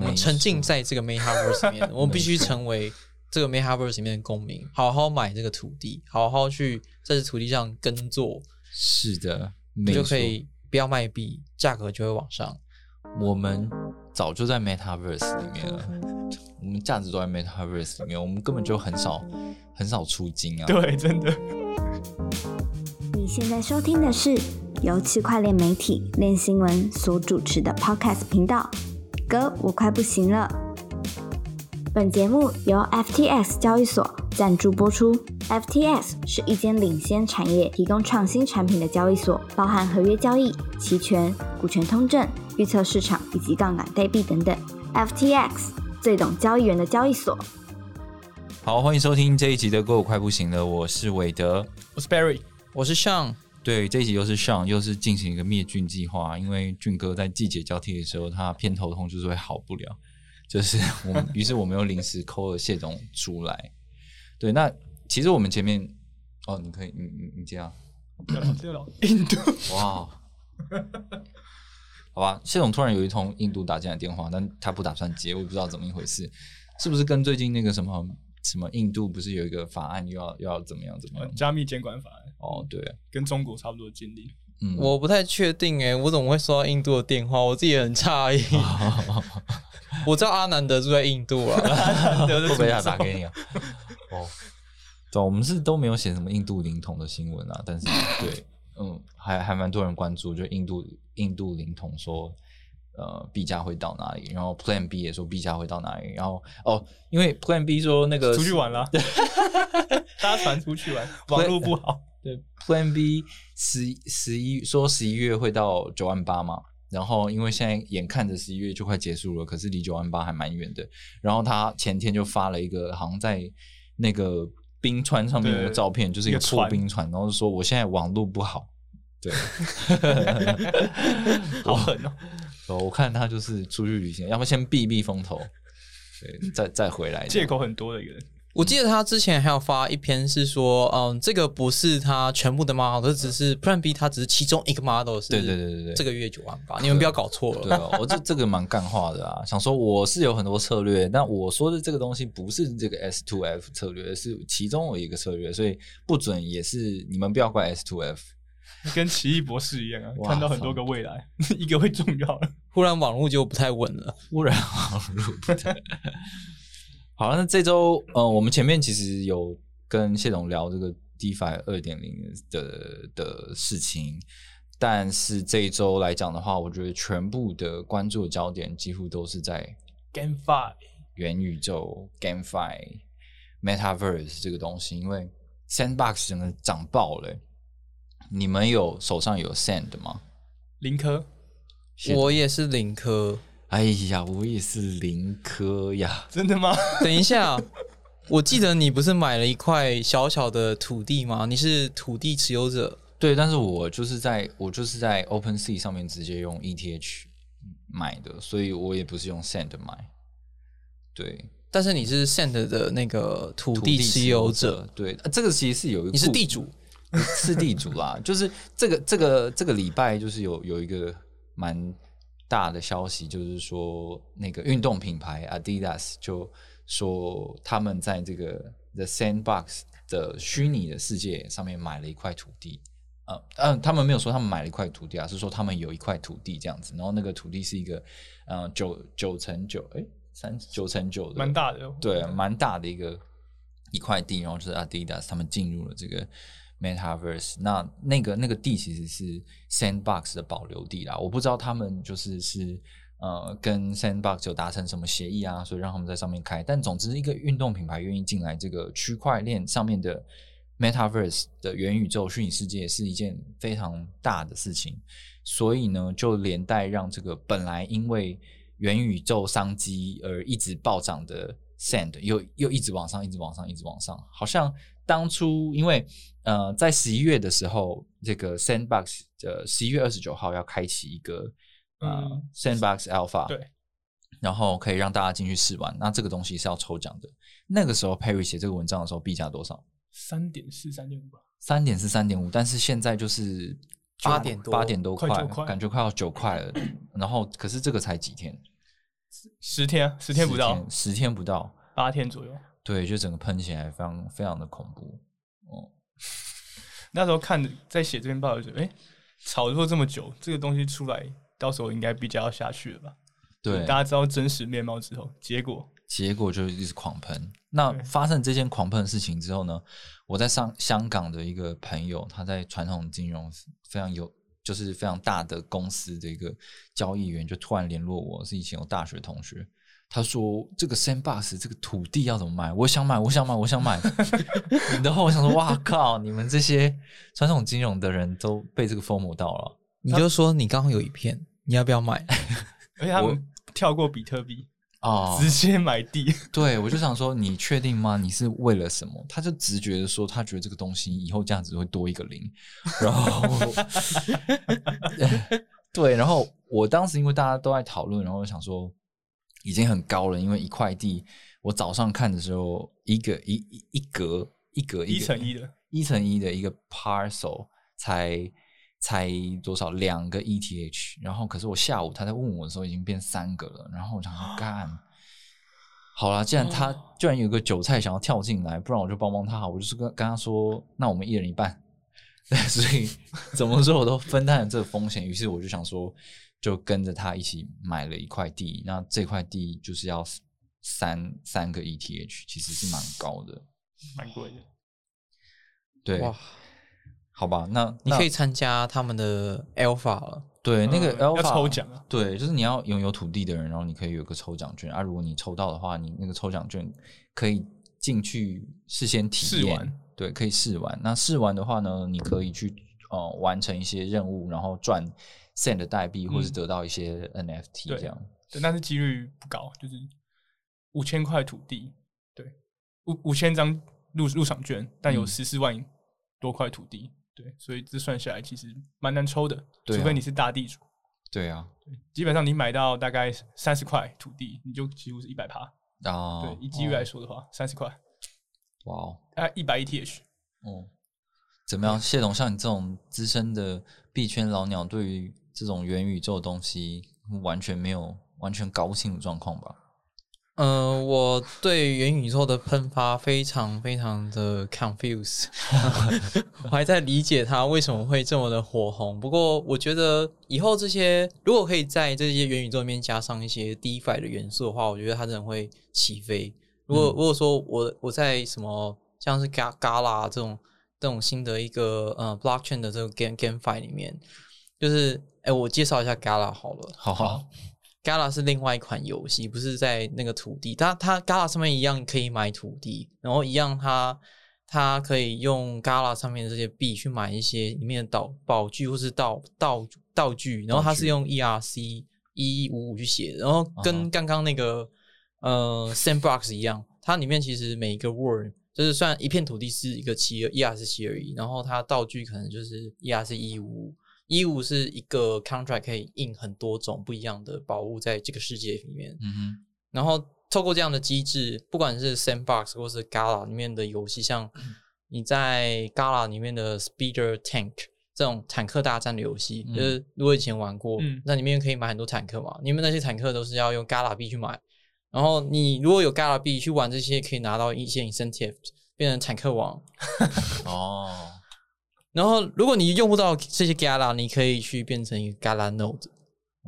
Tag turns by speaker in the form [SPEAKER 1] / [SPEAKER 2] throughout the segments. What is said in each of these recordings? [SPEAKER 1] 想沉浸在这个 Metaverse 里面，我们必须成为这个 Metaverse 里面的公民，好好买这个土地，好好去在这土地上耕作，
[SPEAKER 2] 是的，
[SPEAKER 1] 你
[SPEAKER 2] 没
[SPEAKER 1] 就
[SPEAKER 2] 错
[SPEAKER 1] 可。以不要卖币，价格就会往上。
[SPEAKER 2] 我们早就在 Metaverse 里面 了，我们价值都在 Metaverse 里面，我们根本就很少很少出金啊。
[SPEAKER 3] 对，真的。
[SPEAKER 4] 你现在收听的是由区块链媒体链新闻所主持的 Podcast 频道。哥，我快不行了。本节目由 FTX 交易所赞助播出。FTX 是一间领先产业、提供创新产品的交易所，包含合约交易、期权、股权通证、预测市场以及杠杆代币等等。FTX 最懂交易员的交易所。
[SPEAKER 2] 好，欢迎收听这一集的《歌我快不行了》，我是韦德。
[SPEAKER 3] 我是 Barry，
[SPEAKER 1] 我是像
[SPEAKER 2] 对，这一集又是上，又是进行一个灭菌计划，因为俊哥在季节交替的时候，他偏头痛就是会好不了，就是我们，于是我们又临时抠了谢总出来。对，那其实我们前面，哦，你可以，你你啊你这样，
[SPEAKER 3] 对了对 了，印度
[SPEAKER 2] 哇，好吧，谢总突然有一通印度打进来电话，但他不打算接，我也不知道怎么一回事，是不是跟最近那个什么什么印度不是有一个法案又要又要怎么样怎么样？
[SPEAKER 3] 呃加密监管法案
[SPEAKER 2] 哦，对，
[SPEAKER 3] 跟中国差不多的经历，
[SPEAKER 2] 嗯，
[SPEAKER 1] 我不太确定诶、我怎么会收到印度的电话？我自己也很诧异。
[SPEAKER 2] 哦
[SPEAKER 1] 我知道阿南德住在印度啊，
[SPEAKER 2] 会不会要打给你啊？哦，对啊，我们是都没有写什么印度灵童的新闻啊，但是对，嗯，还还蛮多人关注，就印度印度灵童说，呃，币价会到哪里？然后 Plan B 也说币价会到哪里？然后哦，因为 Plan B 说那个
[SPEAKER 3] 出去玩啦，
[SPEAKER 2] 呃
[SPEAKER 3] 大家传出去 玩，网络不好，
[SPEAKER 2] 对，Plan B 十十一说十一月会到九万八嘛，然后因为现在眼看着十一月就快结束了，可是离九万八还蛮远的。然后他前天就发了一个好像在那个冰川上面有个
[SPEAKER 3] 对
[SPEAKER 2] 照片，就是一
[SPEAKER 3] 一
[SPEAKER 2] 个
[SPEAKER 3] 个
[SPEAKER 2] 破
[SPEAKER 3] 船
[SPEAKER 2] 冰船，然后就说我现在网络不好。对，
[SPEAKER 3] 好狠哦。
[SPEAKER 2] 我我看他就是出去旅行，要么先避避风头， 对，再再回来。
[SPEAKER 3] 借口很多的一个人，
[SPEAKER 1] 我记得他之前还有发一篇是说，嗯，这个不是他全部的 model，这只是 Plan B，他只是其中一个 model 是，
[SPEAKER 2] 对对对对对，
[SPEAKER 1] 这个月九万八，你们不要搞错
[SPEAKER 2] 对
[SPEAKER 1] 了。
[SPEAKER 2] 哦，我这这个蛮干话的啊，想说我是有很多策略，但我说的这个东西不是这个 S two F 策略，是其中有一个策略，所以不准也是你们不要怪 S two F。
[SPEAKER 3] 跟奇异博士一样啊，
[SPEAKER 2] 哇
[SPEAKER 3] 看到很多个未来， 一个会中就好了。
[SPEAKER 1] 忽然网络就不太稳了，
[SPEAKER 2] 忽然好入不太好了，那这周呃，我们前面其实有跟谢总聊这个 DeFi 二点零的的事情，但是这一周来讲的话，我觉得全部的关注焦点几乎都是在
[SPEAKER 3] Game Five，
[SPEAKER 2] 元宇宙、GameFi、Metaverse 这个东西，因为 Sandbox 整个涨爆了欸、你们有手上有 Sand 吗？
[SPEAKER 3] 林科
[SPEAKER 2] 是的
[SPEAKER 1] 我也是零科。
[SPEAKER 2] 哎呀，我也是零颗呀！
[SPEAKER 3] 真的吗？
[SPEAKER 1] 等一下，我记得你不是买了一块小小的土地吗？你是土地持有者，
[SPEAKER 2] 对，但是我就是在我就是在 OpenSea 上面直接用 ETH 买的，所以我也不是用 Sand 买。对，
[SPEAKER 1] 但是你是 Sand 的那个土
[SPEAKER 2] 土
[SPEAKER 1] 地持有者，
[SPEAKER 2] 者，对，呃这个其实是有一个
[SPEAKER 1] 你是
[SPEAKER 2] 故
[SPEAKER 1] 地主，
[SPEAKER 2] 是地主啦，就是这个这个这个礼拜就是有有一个蛮大的消息，就是说那个运动品牌 Adidas 就说他们在这个 The Sandbox 的虚拟的世界上面买了一块土地。呃呃，他们没有说他们买了一块土地啊，是说他们有一块土地这样子，然后那个土地是一个呃九九乘九，哎，三九乘九的，
[SPEAKER 3] 蛮大的哦，
[SPEAKER 2] 对，蛮大的一个一块地，然后就是 Adidas 他们进入了这个 Metaverse。那那个那个地其实是 Sandbox 的保留地啦，我不知道他们就是是呃跟 Sandbox 有达成什么协议啊，所以让他们在上面开。但总之，一个运动品牌愿意进来这个区块链上面的 Metaverse 的元宇宙虚拟世界是一件非常大的事情。所以呢，就连带让这个本来因为元宇宙商机而一直暴涨的 Sand 又又一直往上，一直往上，一直往上。好像当初因为呃，在十一月的时候，这个 Sandbox 呃十一月二十九号要开启一个呃、
[SPEAKER 3] 嗯
[SPEAKER 2] Sandbox Alpha，
[SPEAKER 3] 对，
[SPEAKER 2] 然后可以让大家进去试玩。那这个东西是要抽奖的。那个时候 Perry 写这个文章的时候，币价多少？
[SPEAKER 3] 三点四、三点五吧，
[SPEAKER 2] 三点是三点五，但是现在就是
[SPEAKER 1] 八点多
[SPEAKER 2] 八点多
[SPEAKER 3] 快九块
[SPEAKER 2] 感觉快要九块了。然后可是这个才几天，
[SPEAKER 3] 十天啊，十天不到，
[SPEAKER 2] 十天不到，
[SPEAKER 3] 八天左右。
[SPEAKER 2] 对，就整个喷起来非常非常的恐怖。哦，
[SPEAKER 3] 那时候看在写这篇报道，觉得哎，炒作这么久，这个东西出来，到时候应该比较要下去了吧？
[SPEAKER 2] 对，
[SPEAKER 3] 大家知道真实面貌之后，结果
[SPEAKER 2] 结果就一直狂喷。那
[SPEAKER 3] 对
[SPEAKER 2] 发生这件狂喷的事情之后呢，我在上香港的一个朋友，他在传统金融非常有，就是非常大的公司的一个交易员，就突然联络我，是以前我大学同学。他说：“这个 sandbox 这个土地要怎么买？我想买，我想买，我想买。” 然后我想说：“哇靠！你们这些传统金融的人都被这个疯魔到了。
[SPEAKER 1] 你就说你刚好有一片，你要不要买？
[SPEAKER 3] 而且他们跳过比特币，”
[SPEAKER 2] 哦，
[SPEAKER 3] 直接买地。
[SPEAKER 2] 对，我就想说，你确定吗？你是为了什么？他就直觉的说，他觉得这个东西以后价值会多一个零，然后，对，然后我当时因为大家都在讨论，然后我想说已经很高了，因为一块地，我早上看的时候，一个一一一格一格
[SPEAKER 3] 一
[SPEAKER 2] 个
[SPEAKER 3] 乘一的
[SPEAKER 2] 一乘一的一个 parcel 才才多少两个 ETH，然后可是我下午他在问我的时候已经变三个了，然后我想说
[SPEAKER 1] 啊
[SPEAKER 2] 干，好啦，既然他、
[SPEAKER 1] 嗯
[SPEAKER 2] 居然有个韭菜想要跳进来，不然我就帮帮他，我就是跟跟他说，那我们一人一半， 对，所以怎么说我都分担了这个风险，于是我就想说，就跟着他一起买了一块地，那这块地就是要三三个 ETH，其实是蛮高的，
[SPEAKER 3] 蛮贵的，
[SPEAKER 2] 对，
[SPEAKER 1] 哇，
[SPEAKER 2] 好吧，那
[SPEAKER 1] 你
[SPEAKER 2] 那
[SPEAKER 1] 可以参加他们的 Alpha 了。
[SPEAKER 2] 对，哎那个
[SPEAKER 3] 嗯
[SPEAKER 2] Alpha、
[SPEAKER 3] 要抽奖啊，
[SPEAKER 2] 对，就是你要拥有土地的人，然后你可以有个抽奖券啊。如果你抽到的话，你那个抽奖券可以进去事先体
[SPEAKER 3] 试
[SPEAKER 2] 验
[SPEAKER 3] 玩，
[SPEAKER 2] 对，可以试玩。那试玩的话呢，你可以去呃完成一些任务，然后赚 Send 的代币，或是
[SPEAKER 3] 嗯
[SPEAKER 2] 得到一些 NFT
[SPEAKER 3] 对
[SPEAKER 2] 这样。
[SPEAKER 3] 对，但是几率不高，就是五千块土地，对，五五千张入入场券，但有
[SPEAKER 2] 嗯
[SPEAKER 3] 十四万多块土地，对，所以这算下来其实蛮难抽的，
[SPEAKER 2] 对啊
[SPEAKER 3] 除非你是大地主，
[SPEAKER 2] 对啊，
[SPEAKER 3] 基本上你买到大概三十块土地，你就几乎是一百趴，
[SPEAKER 2] 然
[SPEAKER 3] 对
[SPEAKER 2] 后，
[SPEAKER 3] 以几率来说的话，三十块，
[SPEAKER 2] 啊哇哦，
[SPEAKER 3] 大概一百 ETH，
[SPEAKER 2] 哦，怎么样，谢总，像你这种资深的币圈老鸟，对于这种元宇宙的东西完全没有完全搞不清楚状况吧？
[SPEAKER 1] 嗯、我对元宇宙的喷发非常非常的 confused，我还在理解它为什么会这么的火红。不过我觉得以后这些如果可以在这些元宇宙里面加上一些 DeFi 的元素的话，我觉得它真的会起飞。如果、
[SPEAKER 2] 嗯
[SPEAKER 1] 如果说我我在什么像是 Ga- Gala 这种这种新的一个呃 blockchain 的这个 game GameFi 里面，就是哎、我介绍一下 Gala 好了。
[SPEAKER 2] 好好，
[SPEAKER 1] Gala 是另外一款游戏，不是在那个土地。它它 Gala 上面一样可以买土地，然后一样它它可以用 Gala 上面的这些币去买一些里面的道宝具或是道道道具，啊然后它是用 ERC 一五五去写的，然后
[SPEAKER 2] 嗯
[SPEAKER 1] 跟
[SPEAKER 2] 哼
[SPEAKER 1] 刚刚那个、呃 Sandbox 一样，它里面其实每一个 word 就是算一片土地是一个七 ERC 七而已，然后它道具可能就是 ERC 一五五。一，E 五是一个 contract 可以印很多种不一样的宝物在这个世界里面，
[SPEAKER 2] 嗯 哼。
[SPEAKER 1] 然后透过这样的机制，不管是 Sandbox 或是 Gala 里面的游戏，像
[SPEAKER 2] 嗯
[SPEAKER 1] 你在 Gala 里面的 Speeder Tank 这种坦克大战的游戏，
[SPEAKER 2] 嗯
[SPEAKER 1] 就是我以前玩过，
[SPEAKER 3] 嗯
[SPEAKER 1] 那里面可以买很多坦克嘛，你们那些坦克都是要用 Gala 币去买，然后你如果有 Gala 币去玩这些，可以拿到一些 incentive，变成坦克王，
[SPEAKER 2] 哦，
[SPEAKER 1] 然后，如果你用不到这些 Gala，你可以去变成一个 Gala Node，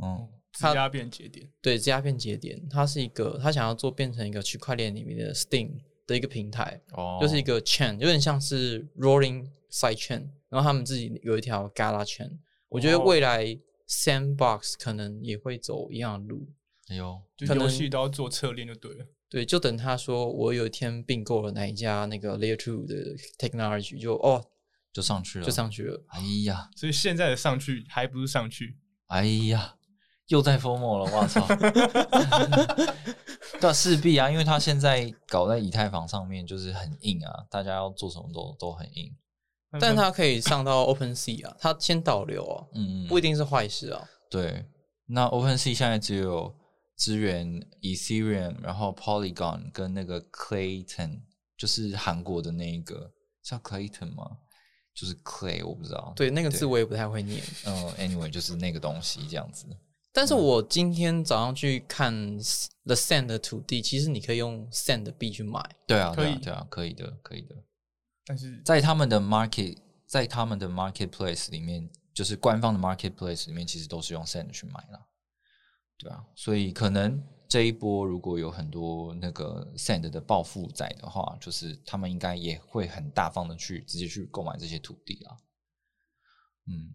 [SPEAKER 2] 嗯，
[SPEAKER 3] 自家变节点，
[SPEAKER 1] 对，这家片节点，它是一个，它想要做变成一个区块链里面的 Steam 的一个平台，
[SPEAKER 2] 哦
[SPEAKER 1] 就是一个 chain，有点像是 Rolling Side Chain，然后他们自己有一条 Gala Chain。我觉得
[SPEAKER 3] 哦
[SPEAKER 1] 未来 Sandbox 可能也会走一样的路，
[SPEAKER 2] 哎呦，
[SPEAKER 3] 就
[SPEAKER 1] 可能
[SPEAKER 3] 游戏都要做侧链就对了，
[SPEAKER 1] 对，就等他说我有一天并购了哪一家那个 Layer Two 的 technology，就哦
[SPEAKER 2] 就上去了，
[SPEAKER 1] 就，上去了。
[SPEAKER 2] 哎呀，
[SPEAKER 3] 所以现在的上去还不是上去，
[SPEAKER 2] 哎呀，又在 FOMO 了，我 操！对啊，势必啊，因为他现在搞在以太坊上面就是很硬啊，大家要做什么都都很硬，
[SPEAKER 1] 但它可以上到 Open Sea 啊，它先导流啊，
[SPEAKER 2] 嗯，
[SPEAKER 1] 不一定是坏事啊。
[SPEAKER 2] 对。那 OpenSea 现在只有支援 Ethereum，然后 Polygon 跟那个 Clayton，就是韩国的那一个叫 Clayton 吗？就是 Clay，我不知道。
[SPEAKER 1] 对，那个
[SPEAKER 2] 对
[SPEAKER 1] 字我也不太会念。
[SPEAKER 2] 哦嗯、a n y w a y 就是那个东西这样子。
[SPEAKER 1] 但是我今天早上去看 The Sand 的土地，其实你可以用 Sand 币去买，
[SPEAKER 2] 对啊，对
[SPEAKER 3] 可
[SPEAKER 2] 啊
[SPEAKER 3] 以，
[SPEAKER 2] 对啊，可以的，可以的。
[SPEAKER 3] 但是
[SPEAKER 2] 在他们的 market，在他们的 marketplace 里面，就是官方的 marketplace 里面，其实都是用 send 去买啦，对啊，所以可能这一波如果有很多那个 send 的暴富仔的话，就是他们应该也会很大方的去直接去购买这些土地啊，嗯。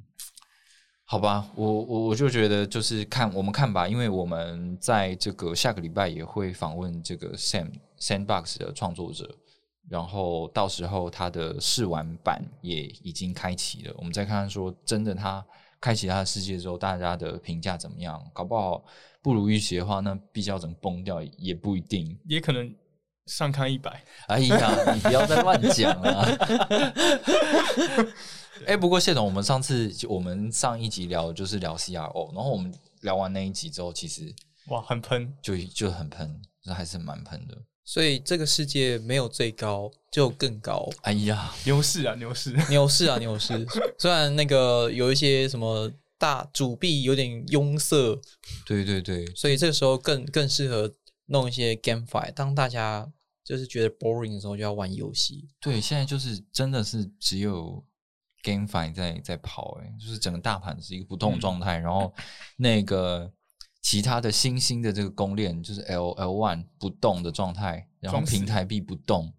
[SPEAKER 2] 好吧，我我我就觉得就是看我们看吧，因为我们在这个下个礼拜也会访问这个 Sam Sandbox 的创作者，然后到时候它的试玩版也已经开启了，我们再看看说真的它开启它的世界之后，大家的评价怎么样？搞不好不如预期的话，那必须要整崩掉也不一定。
[SPEAKER 3] 也可能上看一百，
[SPEAKER 2] 哎呀，你不要再乱讲了、哎、不过谢总，我们上次就我们上一集聊就是聊 CRO，然后我们聊完那一集之后，其实
[SPEAKER 3] 哇，很喷，
[SPEAKER 2] 就就很喷，就还是蛮喷的。
[SPEAKER 1] 所以这个世界没有最高，只有更高。
[SPEAKER 2] 哎呀，
[SPEAKER 3] 牛市啊，牛市，
[SPEAKER 1] 牛市啊，牛市。虽然那个有一些什么大主币有点拥塞，
[SPEAKER 2] 对对对，
[SPEAKER 1] 所以这个时候更更适合弄一些 GameFi。当大家就是觉得 boring 的时候，就要玩游戏。
[SPEAKER 2] 对，现在就是真的是只有 GameFi 在在跑、欸，就是整个大盘是一个不
[SPEAKER 3] 嗯
[SPEAKER 2] 动的状态，然后那个其他的新兴的这个公链就是 L L One 不动的状态，然后
[SPEAKER 3] 装死
[SPEAKER 2] 平台币不动，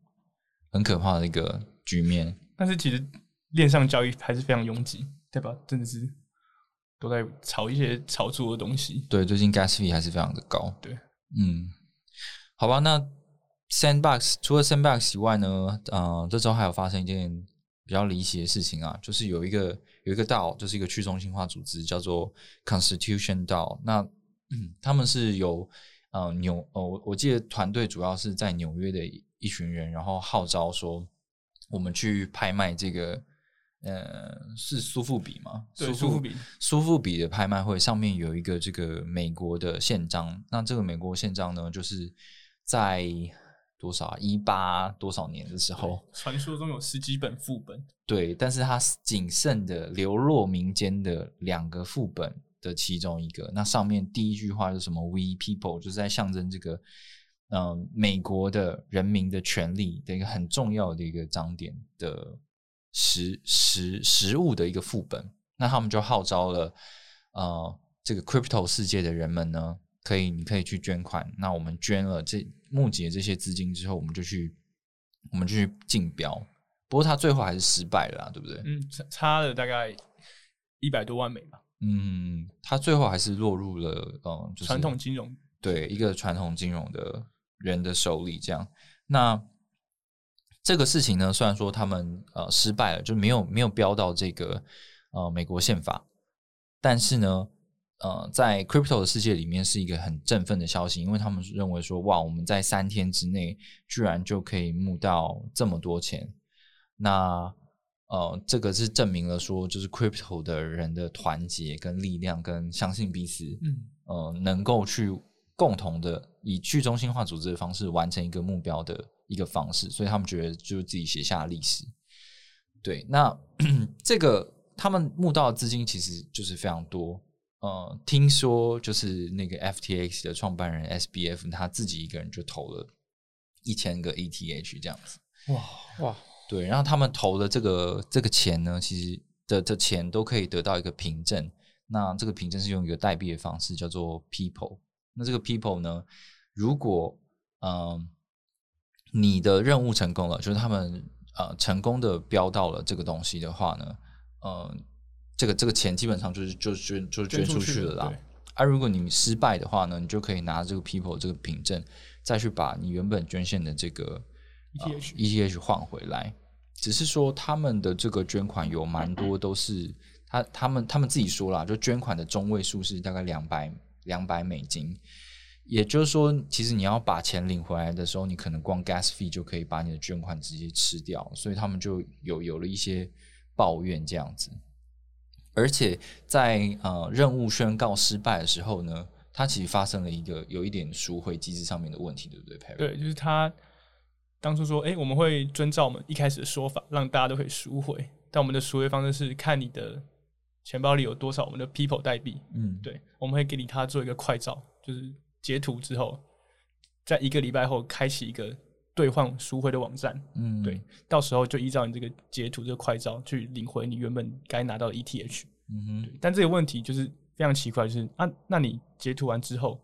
[SPEAKER 2] 很可怕的一个局面。
[SPEAKER 3] 但是其实链上交易还是非常拥挤，对吧？真的是都在炒一些炒作的东西，
[SPEAKER 2] 对，最近 Gas fee 还是非常的高。
[SPEAKER 3] 对，
[SPEAKER 2] 嗯，好吧，那 Sandbox 除了 Sandbox 以外呢，呃，这周还有发生一件比较离奇的事情啊，就是有一个有一个道，就是一个去中心化组织，叫做 Constitution 道。那、嗯、他们是有呃纽呃，我我记得团队主要是在纽约的一一群人，然后号召说我们去拍卖这个。呃，是苏富比吗？
[SPEAKER 3] 对，苏富比
[SPEAKER 2] 苏富比的拍卖会上面有一个这个美国的宪章，那这个美国宪章呢，就是在多少啊一八多少年的时候，
[SPEAKER 3] 传说中有十几本副本，
[SPEAKER 2] 对，但是它仅剩的流落民间的两个副本的其中一个，那上面第一句话是什么？We people 就是在象征这个，嗯、美国的人民的权利的一个很重要的一个章点的实实实物的一个副本。那他们就号召了，呃，这个 crypto 世界的人们呢，可以你可以去捐款。那我们捐了这募集了这些资金之后，我们就去我们就去竞标。不过他最后还是失败了啦，啊对不对？
[SPEAKER 3] 嗯，差差了大概一百多万美吧，
[SPEAKER 2] 嗯，他最后还是落入了嗯，就是
[SPEAKER 3] 传统金融
[SPEAKER 2] 对一个传统金融的人的手里这样。那这个事情呢，虽然说他们呃失败了，就没有没有标到这个呃美国宪法，但是呢，呃，在 crypto 的世界里面是一个很振奋的消息，因为他们认为说，哇，我们在三天之内居然就可以募到这么多钱，那。呃，这个是证明了说，就是 crypto 的人的团结跟力量，跟相信彼此，
[SPEAKER 3] 嗯，
[SPEAKER 2] 呃，能够去共同的以去中心化组织的方式完成一个目标的一个方式，所以他们觉得就是自己写下了历史。对，那 这个他们募到的资金其实就是非常多。呃，听说就是那个 FTX 的创办人 SBF 他自己一个人就投了一千个 ETH 这样子。
[SPEAKER 1] 哇，
[SPEAKER 2] 对，然后他们投的这个这个钱呢，其实的的钱都可以得到一个凭证。那这个凭证是用一个代币的方式，叫做 people。那 E 这个 people E 呢，如果嗯、你的任务成功了，就是他们呃成功的标到了这个东西的话呢，嗯、这个这个钱基本上就是就捐就捐出去了啦
[SPEAKER 3] 对。
[SPEAKER 2] 啊，如果你失败的话呢，你就可以拿这个 people 这个凭证，再去把你原本捐献的这个呃
[SPEAKER 3] ETH
[SPEAKER 2] ETH 换回来。只是说他们的这个捐款有蛮多都是他他们他们自己说啦，就捐款的中位数是大概两百两百美金。也就是说，其实你要把钱领回来的时候，你可能光 gas fee 就可以把你的捐款直接吃掉，所以他们就有有了一些抱怨这样子。而且在呃任务宣告失败的时候呢，它其实发生了一个有一点赎回机制上面的问题，对不对 p e r r
[SPEAKER 3] 对，就是他当初说，哎、我们会遵照我们一开始的说法，让大家都可以赎回，但我们的赎回方式是看你的钱包里有多少我们的 people 代币，
[SPEAKER 2] 嗯，
[SPEAKER 3] 对，我们会给你它做一个快照，就是截图之后，在一个礼拜后开启一个兑换赎回的网站，
[SPEAKER 2] 嗯，
[SPEAKER 3] 对，到时候就依照你这个截图这个快照去领回你原本该拿到的 E ETH。
[SPEAKER 2] 嗯哼，
[SPEAKER 3] 但这个问题就是非常奇怪，就是啊，那你截图完之后，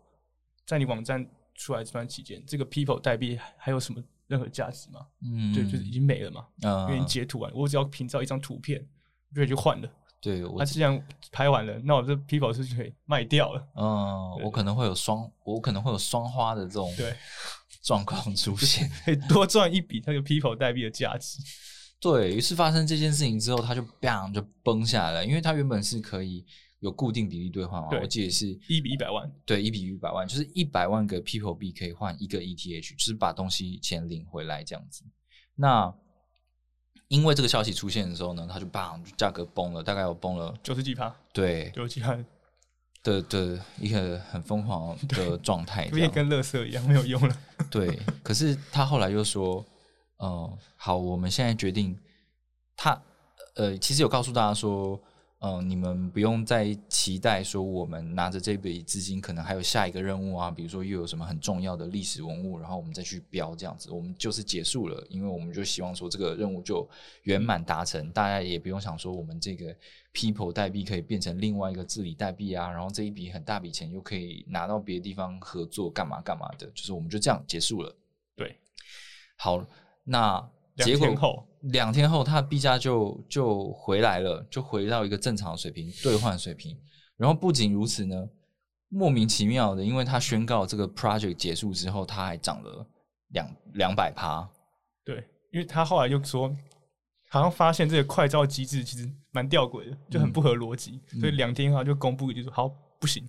[SPEAKER 3] 在你网站出来这段期间，这个 people 代币还有什么任何价值吗？
[SPEAKER 2] 嗯，
[SPEAKER 3] 对，就是已经没了嘛，因
[SPEAKER 2] 啊
[SPEAKER 3] 为你截图完，我只要凭照一张图片，对，就换了。
[SPEAKER 2] 对我
[SPEAKER 3] 那既然拍完了，那我这 people 是不是可以卖掉了。
[SPEAKER 2] 嗯，我可能会有双，我可能会有双花的这种
[SPEAKER 3] 对
[SPEAKER 2] 状况出现。
[SPEAKER 3] 可以多赚一笔那个 people 代币的价值。
[SPEAKER 2] 对于是发生这件事情之后，它就 bang 就崩下来，因为它原本是可以有固定比例兑换嘛，
[SPEAKER 3] 对
[SPEAKER 2] 我记得是
[SPEAKER 3] 一比一百万，
[SPEAKER 2] 对一比一百万，就是一百万个 people 币可以换一个 ETH，就是把东西钱领回来这样子。那因为这个消息出现的时候呢，它就 bang 就价格崩了，大概有崩了
[SPEAKER 3] 九十几趴，
[SPEAKER 2] 对
[SPEAKER 3] 九十几趴，
[SPEAKER 2] 的的一个很疯狂的状态，
[SPEAKER 3] 就
[SPEAKER 2] 这
[SPEAKER 3] 变
[SPEAKER 2] 样。
[SPEAKER 3] 跟垃圾一样没有用了。
[SPEAKER 2] 对，可是他后来又说，嗯、好，我们现在决定，他呃，其实有告诉大家说，嗯、你们不用再期待说我们拿着这笔资金，可能还有下一个任务啊，比如说又有什么很重要的历史文物，然后我们再去标这样子，我们就是结束了，因为我们就希望说这个任务就圆满达成，大家也不用想说我们这个 people 代币可以变成另外一个治理代币啊，然后这一笔很大笔钱又可以拿到别的地方合作干嘛干嘛的，就是我们就这样结束了。
[SPEAKER 3] 对，
[SPEAKER 2] 好，那
[SPEAKER 3] 两
[SPEAKER 2] 结果
[SPEAKER 3] 天后，
[SPEAKER 2] 两天后，它的币价就就回来了，就回到一个正常的水平，兑换水平。然后不仅如此呢，莫名其妙的，因为它宣告这个 project 结束之后，它还涨了两两百趴。
[SPEAKER 3] 对，因为他后来就说，好像发现这个快照机制其实蛮吊诡的，就很不合逻辑，所以两天后就公布，就说好不行，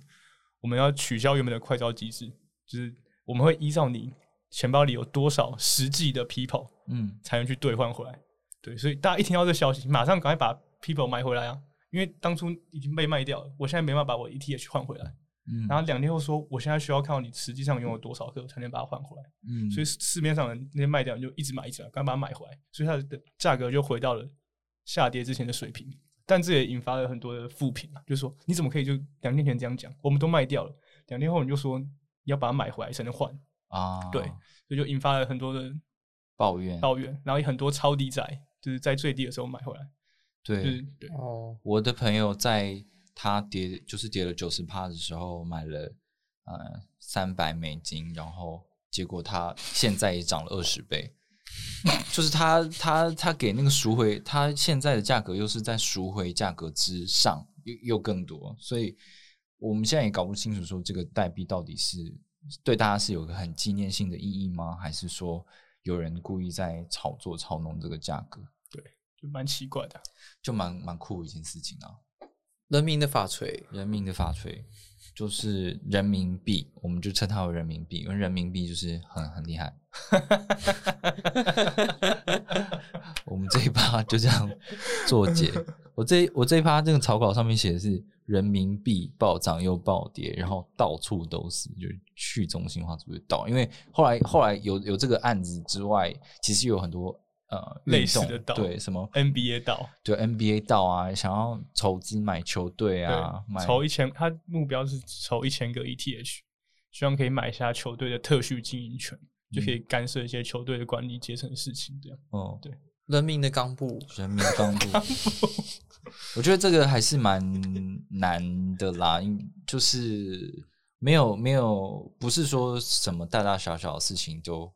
[SPEAKER 3] 我们要取消原本的快照机制，就是我们会依照你钱包里有多少实际的 people
[SPEAKER 2] 嗯，
[SPEAKER 3] 才能去兑换回来。对，所以大家一听到这消息，马上赶快把 people 买回来啊！因为当初已经被卖掉了，我现在没办法把我 ETH 换回来。
[SPEAKER 2] 嗯
[SPEAKER 3] 然后两天后说，我现在需要看到你实际上拥有多少个，才能把它换回来。
[SPEAKER 2] 嗯
[SPEAKER 3] 所以市面上的那些卖掉，你就一直买，一直买，赶快把它买回来。所以它的价格就回到了下跌之前的水平。但这也引发了很多的负评啊，就是说你怎么可以就两天前这样讲，我们都卖掉了，两天后你就说要把它买回来才能换，
[SPEAKER 2] 啊，
[SPEAKER 3] 对，所以就引发了很多的
[SPEAKER 2] 抱怨，
[SPEAKER 3] 抱怨，然后有很多超低仔，就是在最低的时候买回来，
[SPEAKER 2] 对，
[SPEAKER 3] 就是对
[SPEAKER 1] 哦，
[SPEAKER 2] 我的朋友在他跌就是跌了九十趴的时候买了呃三百美金，然后结果他现在也涨了二十倍， 就是他他他给那个赎回，他现在的价格又是在赎回价格之上，又又更多，所以我们现在也搞不清楚说这个代币到底是对大家是有个很纪念性的意义吗？还是说有人故意在炒作操弄这个价格？
[SPEAKER 3] 就蛮奇怪的啊、
[SPEAKER 2] 就蛮蛮酷的一件事情啊。
[SPEAKER 1] 人民的法锤，
[SPEAKER 2] 人民的法锤，就是人民币，我们就称它为人民币，因为人民币就是很很厉害。 我们这一趴就这样作结。我这我这一趴这个草稿上面写的是人民币暴涨又暴跌，然后到处都是，就是去中心化主义到。因为后来后来有有这个案子之外，其实有很多呃运
[SPEAKER 3] 类似
[SPEAKER 2] 动
[SPEAKER 3] 的哎道
[SPEAKER 2] 对什么
[SPEAKER 3] NBA 到
[SPEAKER 2] 就 NBA 到啊，想要筹资买球队啊，买
[SPEAKER 3] 对，筹一千，他目标是筹一千个 ETH，希望可以买下球队的特许经营权，就
[SPEAKER 2] 嗯
[SPEAKER 3] 可以干涉一些球队的管理阶层的事情，这样
[SPEAKER 2] 哦，
[SPEAKER 3] 对
[SPEAKER 1] 人民的钢布，
[SPEAKER 2] 人民钢 部。我觉得这个还是蛮难的啦，因就是没有没有，不是说什么大大小小的事情都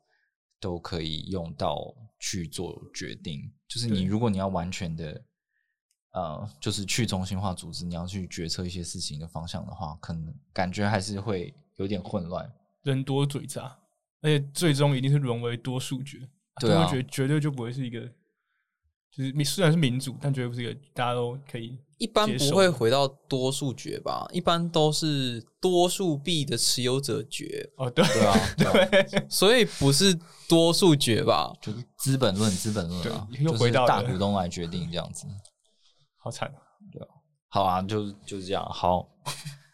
[SPEAKER 2] 都可以用到去做决定。就是你
[SPEAKER 3] 对
[SPEAKER 2] 如果你要完全的呃，就是去中心化组织，你要去决策一些事情的方向的话，可能感觉还是会有点混乱。
[SPEAKER 3] 人多嘴杂，而且最终一定是沦为多数决，
[SPEAKER 2] 对啊
[SPEAKER 3] 多数决绝对就不会是一个。就是民虽然是民主，但绝对不是一个大家都可以
[SPEAKER 1] 一般
[SPEAKER 3] 接
[SPEAKER 1] 不
[SPEAKER 3] 受
[SPEAKER 1] 会回到多数决吧？一般都是多数币的持有者决，
[SPEAKER 3] 哦，对
[SPEAKER 2] 对啊，对啊
[SPEAKER 1] 所以不是多数决吧？
[SPEAKER 2] 就是资本论，资本论啊，
[SPEAKER 3] 对又回到
[SPEAKER 2] 就是大
[SPEAKER 3] 了
[SPEAKER 2] 股东来决定这样子。
[SPEAKER 3] 好惨啊，
[SPEAKER 2] 好啊，就就是这样。好，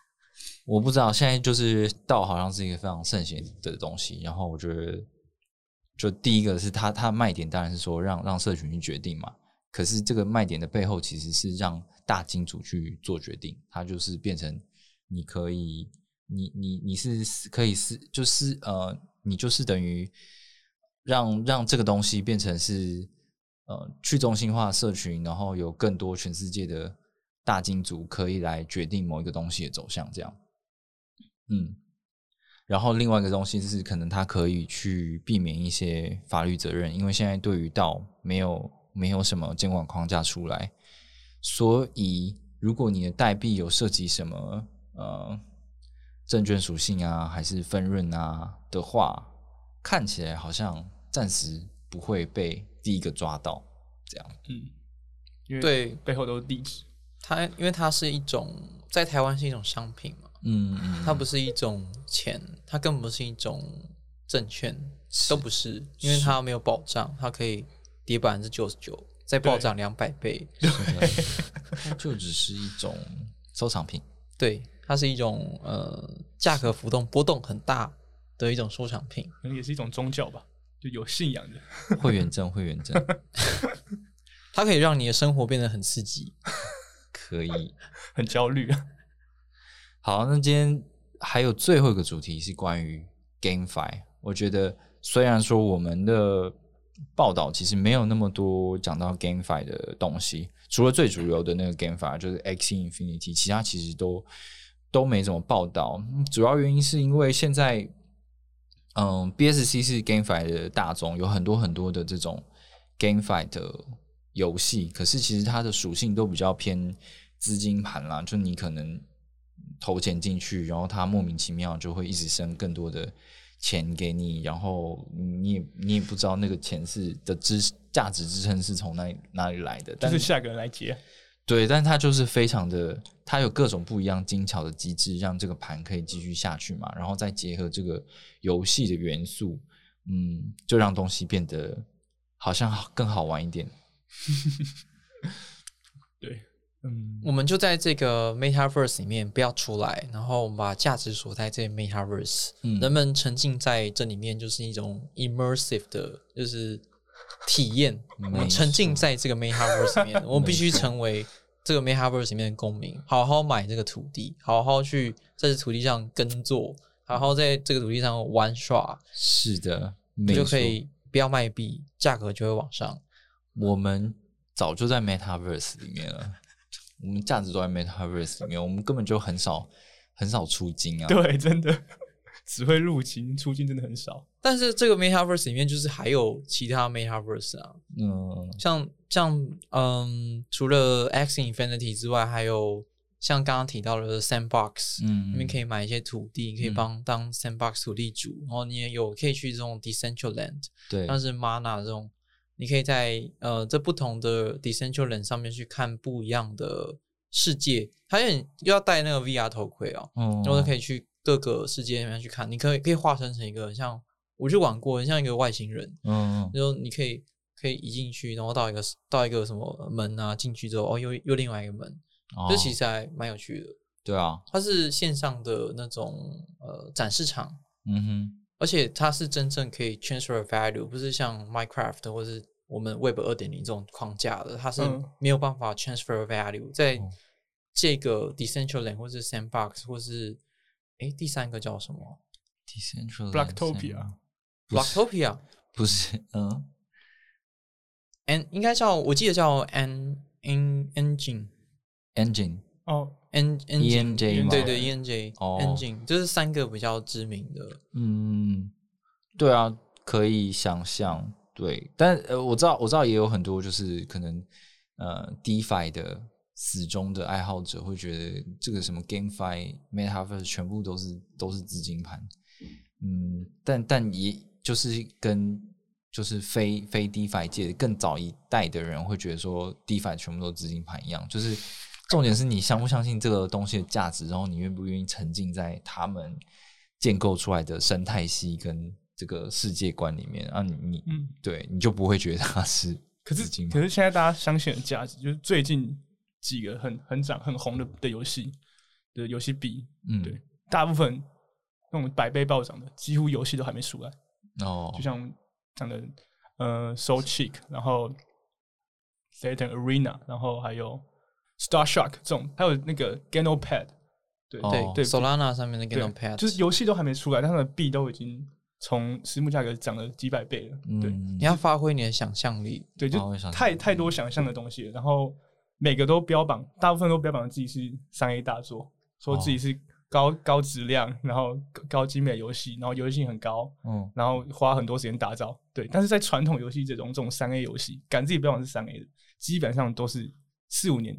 [SPEAKER 2] 我不知道现在就是道好像是一个非常盛行的东西，然后我觉得，就第一个是它它的卖点当然是说让让社群去决定嘛，可是这个卖点的背后其实是让大金主去做决定，它就是变成你可以，你你你是可以是就是呃，你就是等于让让这个东西变成是呃去中心化社群，然后有更多全世界的大金主可以来决定某一个东西的走向，这样，嗯。然后另外一个东西是，可能它可以去避免一些法律责任，因为现在对于道没有没有什么监管框架出来，所以如果你的代币有涉及什么呃证券属性啊，还是分润啊的话，看起来好像暂时不会被第一个抓到，这样。
[SPEAKER 3] 嗯，因为
[SPEAKER 1] 对
[SPEAKER 3] 背后都是地址，
[SPEAKER 1] 它因为它是一种在台湾是一种商品嘛，
[SPEAKER 2] 嗯嗯
[SPEAKER 1] 它不是一种钱，它更不是一种证券，都不是，因为它没有保障，它可以跌百分之九十九，再暴涨两百倍。
[SPEAKER 2] 它 就只是一种收藏品。
[SPEAKER 1] 对，它是一种呃价格浮动波动很大的一种收藏品。
[SPEAKER 3] 可能也是一种宗教吧，就有信仰的。
[SPEAKER 2] 会员证，会员证
[SPEAKER 1] 它可以让你的生活变得很刺激。
[SPEAKER 2] 可以。
[SPEAKER 3] 很焦虑啊。
[SPEAKER 2] 好，那今天还有最后一个主题是关于 GameFi。我觉得虽然说我们的报道其实没有那么多讲到 GameFi 的东西，除了最主流的那个 GameFi 就是 X Infinity，其他其实都都没怎么报道。嗯主要原因是因为现在，嗯，BSC 是 GameFi 的大宗，有很多很多的这种 GameFi 的游戏，可是其实它的属性都比较偏资金盘啦，就你可能投钱进去，然后它莫名其妙就会一直生更多的钱给你，然后你也你也不知道那个钱是的支价值支撑是从哪里哪里来的，
[SPEAKER 3] 就
[SPEAKER 2] 但
[SPEAKER 3] 是下个人来接，啊
[SPEAKER 2] 对，但它就是非常的，它有各种不一样精巧的机制，让这个盘可以继续下去嘛，然后再结合这个游戏的元素，嗯，就让东西变得好像好更好玩一点。
[SPEAKER 3] 对，嗯，
[SPEAKER 1] 我们就在这个 Metaverse 里面不要出来，然后我们把价值锁在这 Metaverse，、
[SPEAKER 2] 嗯
[SPEAKER 1] 人们沉浸在这里面就是一种 immersive 的，就是体验。我
[SPEAKER 2] 没
[SPEAKER 1] 们沉浸
[SPEAKER 2] 错
[SPEAKER 1] 在这个 Metaverse 里面，我们必须成为这个 Metaverse 里面的公民，好好买这个土地，好好去在这土地上耕作，好好在这个土地上玩耍，
[SPEAKER 2] 是的，
[SPEAKER 1] 你
[SPEAKER 2] 没
[SPEAKER 1] 就
[SPEAKER 2] 错，
[SPEAKER 1] 可以不要卖币，价格就会往上。
[SPEAKER 2] 我们早就在 Metaverse 里面了，我们价值都在 Metaverse 里面，我们根本就很少很少出金啊。
[SPEAKER 3] 对，真的只会入侵，出境真的很少。
[SPEAKER 1] 但是这个 Metaverse 里面就是还有其他 Metaverse 啊，
[SPEAKER 2] 嗯，
[SPEAKER 1] 像像嗯，除了 X Infinity 之外，还有像刚刚提到的 Sandbox，、
[SPEAKER 2] 嗯
[SPEAKER 1] 你们可以买一些土地，可以
[SPEAKER 2] 嗯
[SPEAKER 1] 帮当 Sandbox 土地主，然后你也有可以去这种 Decentraland，
[SPEAKER 2] 对，
[SPEAKER 1] 像是 Mana 这种，你可以在呃这不同的 Decentraland 上面去看不一样的世界，还有你又要戴那个 VR 头盔哦，
[SPEAKER 2] 嗯
[SPEAKER 1] 然后就可以去各个世界里面去看，你可以可以化身成一个像我去玩过，很像一个外星人，
[SPEAKER 2] 嗯，
[SPEAKER 1] 然后你可以可以移进去，然后到一个到一个什么门啊，进去之后哦，又又另外一个门，这、
[SPEAKER 2] 哦
[SPEAKER 1] 其实还蛮有趣的。
[SPEAKER 2] 对啊，
[SPEAKER 1] 它是线上的那种呃展示场，
[SPEAKER 2] 嗯哼。
[SPEAKER 1] 而且它是真正可以 transfer value，不是像 Minecraft 或是我们 Web 二点零这种框架的，它是
[SPEAKER 3] 嗯
[SPEAKER 1] 没有办法 transfer value 在
[SPEAKER 2] 哦
[SPEAKER 1] 这个 Decentraland 或是 Sandbox 或是哎第三个叫什么
[SPEAKER 2] Decentral
[SPEAKER 3] Blacktopia
[SPEAKER 1] b l o c k t o p i a
[SPEAKER 2] 不是，嗯
[SPEAKER 1] n 应该叫我记得叫 N N Engine
[SPEAKER 2] ，Engine
[SPEAKER 3] 哦，
[SPEAKER 1] N
[SPEAKER 2] E
[SPEAKER 1] Engine
[SPEAKER 2] ENJ 吗？
[SPEAKER 1] 对 E 对，ENJ、
[SPEAKER 2] 哦
[SPEAKER 1] Engine，这是三个比较知名的。
[SPEAKER 2] 嗯，对啊，可以想象，对，但呃，我知道，我知道也有很多就是可能呃，DeFi 的死忠的爱好者会觉得这个什么 GameFi、MetaVerse 全部都是都是资金盘，嗯，但但也就是跟就是非非 DeFi 界的更早一代的人会觉得说 DeFi 全部都资金盘一样，就是重点是你相不相信这个东西的价值，然后你愿不愿意沉浸在他们建构出来的生态系跟这个世界观里面啊你，你
[SPEAKER 3] 嗯，
[SPEAKER 2] 对你就不会觉得它是
[SPEAKER 3] 可
[SPEAKER 2] 资
[SPEAKER 3] 是
[SPEAKER 2] 金
[SPEAKER 3] 可
[SPEAKER 2] 盘
[SPEAKER 3] 是现在大家相信的价值，就是最近几个很很涨很红的的游戏的游戏币，
[SPEAKER 2] 嗯
[SPEAKER 3] 对大部分那种百倍暴涨的，几乎游戏都还没出来，
[SPEAKER 2] 哦
[SPEAKER 3] 就像讲的呃 Soul Chic，然后 Saturn Arena，然后还有 Star Shock 这种，还有那个 Ganopad，对、
[SPEAKER 2] 哦
[SPEAKER 1] 对
[SPEAKER 3] 对
[SPEAKER 1] ，Solana 上面的
[SPEAKER 3] 对
[SPEAKER 1] Ganopad
[SPEAKER 3] 就是游戏都还没出来，但它的币都已经从私募价格涨了几百倍了。对
[SPEAKER 1] 你要发挥你的想象力，
[SPEAKER 3] 对，就
[SPEAKER 2] 嗯哦我也想
[SPEAKER 3] 太太多想象的东西了，然后每个都标榜，大部分都标榜自己是三 A 大作，说自
[SPEAKER 2] 哦
[SPEAKER 3] 己是高、高质量，然后高高精美游戏，然后游戏性很高，
[SPEAKER 2] 嗯，
[SPEAKER 3] 然后花很多时间打造。对，但是在传统游戏这种这种三 A 游戏，敢自己标榜是三 A 的，基本上都是四五年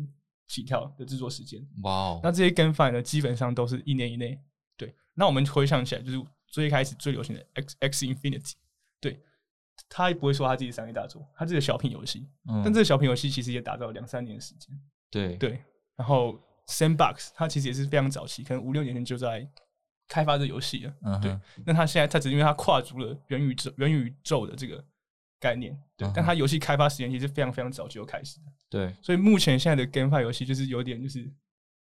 [SPEAKER 3] 起跳的制作时间。
[SPEAKER 2] 哇哦，
[SPEAKER 3] 那这些跟饭呢，基本上都是一年以内。对，那我们回想起来，就是最开始最流行的 X X Infinity，对，他也不会说他自己商业大作，他这个小品游戏，
[SPEAKER 2] 嗯
[SPEAKER 3] 但这个小品游戏其实也打造了两三年的时间。
[SPEAKER 2] 对
[SPEAKER 3] 对，然后 Sandbox 它其实也是非常早期，可能五六年前就在开发这游戏了。
[SPEAKER 2] 嗯哼
[SPEAKER 3] 对，那它现在它只是因为它跨足了元宇宙元宇宙的这个概念，对，
[SPEAKER 2] 嗯哼
[SPEAKER 3] 但它游戏开发时间其实非常非常早就开始的。
[SPEAKER 2] 对
[SPEAKER 3] 所以目前现在的 GameFi 游戏就是有点就是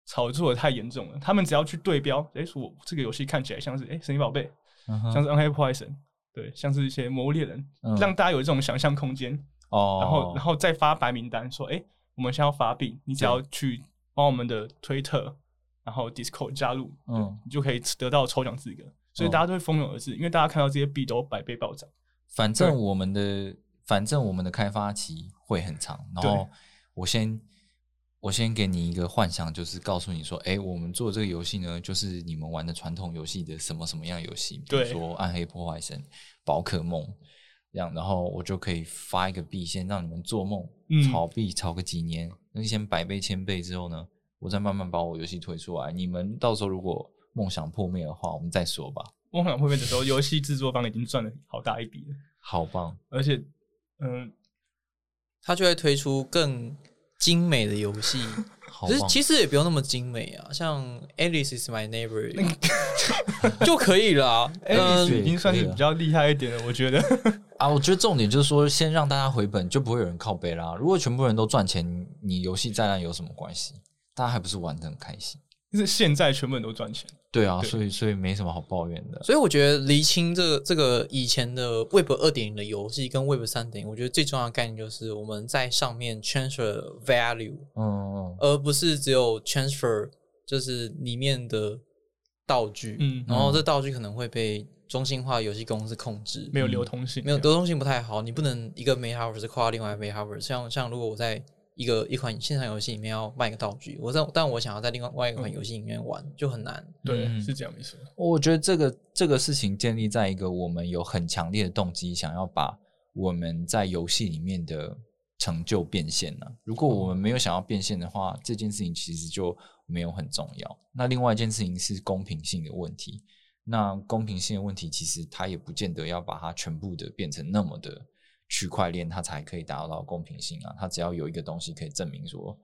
[SPEAKER 3] 炒作的太严重了。他们只要去对标，诶，我这个游戏看起来像是诶神奇宝贝》，
[SPEAKER 2] 嗯哼
[SPEAKER 3] 像是《暗黑破坏神》，对，像是一些《魔物猎人》
[SPEAKER 2] 嗯
[SPEAKER 3] 让大家有这种想象空间，
[SPEAKER 2] 哦，
[SPEAKER 3] 然后然后再发白名单，说诶，我们现在要发币，你只要去帮我们的推特，然后 Discord 加入，
[SPEAKER 2] 嗯，
[SPEAKER 3] 你就可以得到抽奖资格。所以大家都会蜂拥而至，因为大家看到这些币都百倍暴涨。
[SPEAKER 2] 反正
[SPEAKER 3] 对
[SPEAKER 2] 我们的反正我们的开发期会很长，然
[SPEAKER 3] 对
[SPEAKER 2] 后我先我先给你一个幻想，就是告诉你说，哎、我们做这个游戏呢，就是你们玩的传统游戏的什么什么样游戏，比如
[SPEAKER 3] 对
[SPEAKER 2] 说《暗黑破坏神》《宝可梦》这样，然后我就可以发一个币，先让你们做梦
[SPEAKER 3] 嗯，
[SPEAKER 2] 炒币炒个几年，那先百倍千倍之后呢，我再慢慢把我游戏推出来，你们到时候如果梦想破灭的话，我们再说吧。
[SPEAKER 3] 梦想破灭的时候，游戏制作方已经赚了好大一笔了，
[SPEAKER 2] 好棒，
[SPEAKER 3] 而且，嗯、
[SPEAKER 1] 它就会推出更精美的游戏。
[SPEAKER 2] 好
[SPEAKER 1] 其实
[SPEAKER 2] 棒！
[SPEAKER 1] 其实也不用那么精美啊，像 Alice is my neighbor 就可以了啊。
[SPEAKER 3] 哎，
[SPEAKER 1] 嗯
[SPEAKER 2] 是，
[SPEAKER 3] 已经算是比较厉害一点了，我觉得。
[SPEAKER 2] 啊，我觉得重点就是说，先让大家回本，就不会有人靠背啦。如果全部人都赚钱，你游戏再烂有什么关系？大家还不是玩的很开心？
[SPEAKER 3] 就是现在全部人都赚钱，
[SPEAKER 2] 对啊，
[SPEAKER 3] 对
[SPEAKER 2] 所以所以没什么好抱怨的。
[SPEAKER 1] 所以我觉得厘清这个这个以前的 Web 二点零的游戏跟 Web 三点零，我觉得最重要的概念就是我们在上面 transfer value，
[SPEAKER 2] 嗯嗯
[SPEAKER 1] 而不是只有 transfer 就是里面的道具，
[SPEAKER 3] 嗯
[SPEAKER 1] 然后这道具可能会被中心化游戏公司控制，嗯
[SPEAKER 3] 没有流通性，
[SPEAKER 1] 没有流通性不太好，你不能一个 Metaverse 跨到另外一个 Metaverse。像像如果我在一个一款线上游戏里面要卖一个道具，我在但我想要在另外外一款游戏里面玩，就很难。
[SPEAKER 3] 对，
[SPEAKER 2] 嗯
[SPEAKER 3] 是这样没错。
[SPEAKER 2] 我觉得这个这个事情建立在一个我们有很强烈的动机，想要把我们在游戏里面的成就变现呢、如果我们没有想要变现的话，这件事情其实就没有很重要。那另外一件事情是公平性的问题。那公平性的问题，其实它也不见得要把它全部的变成那么的区块链，它才可以达到公平性啊。它只要有一个东西可以证明说，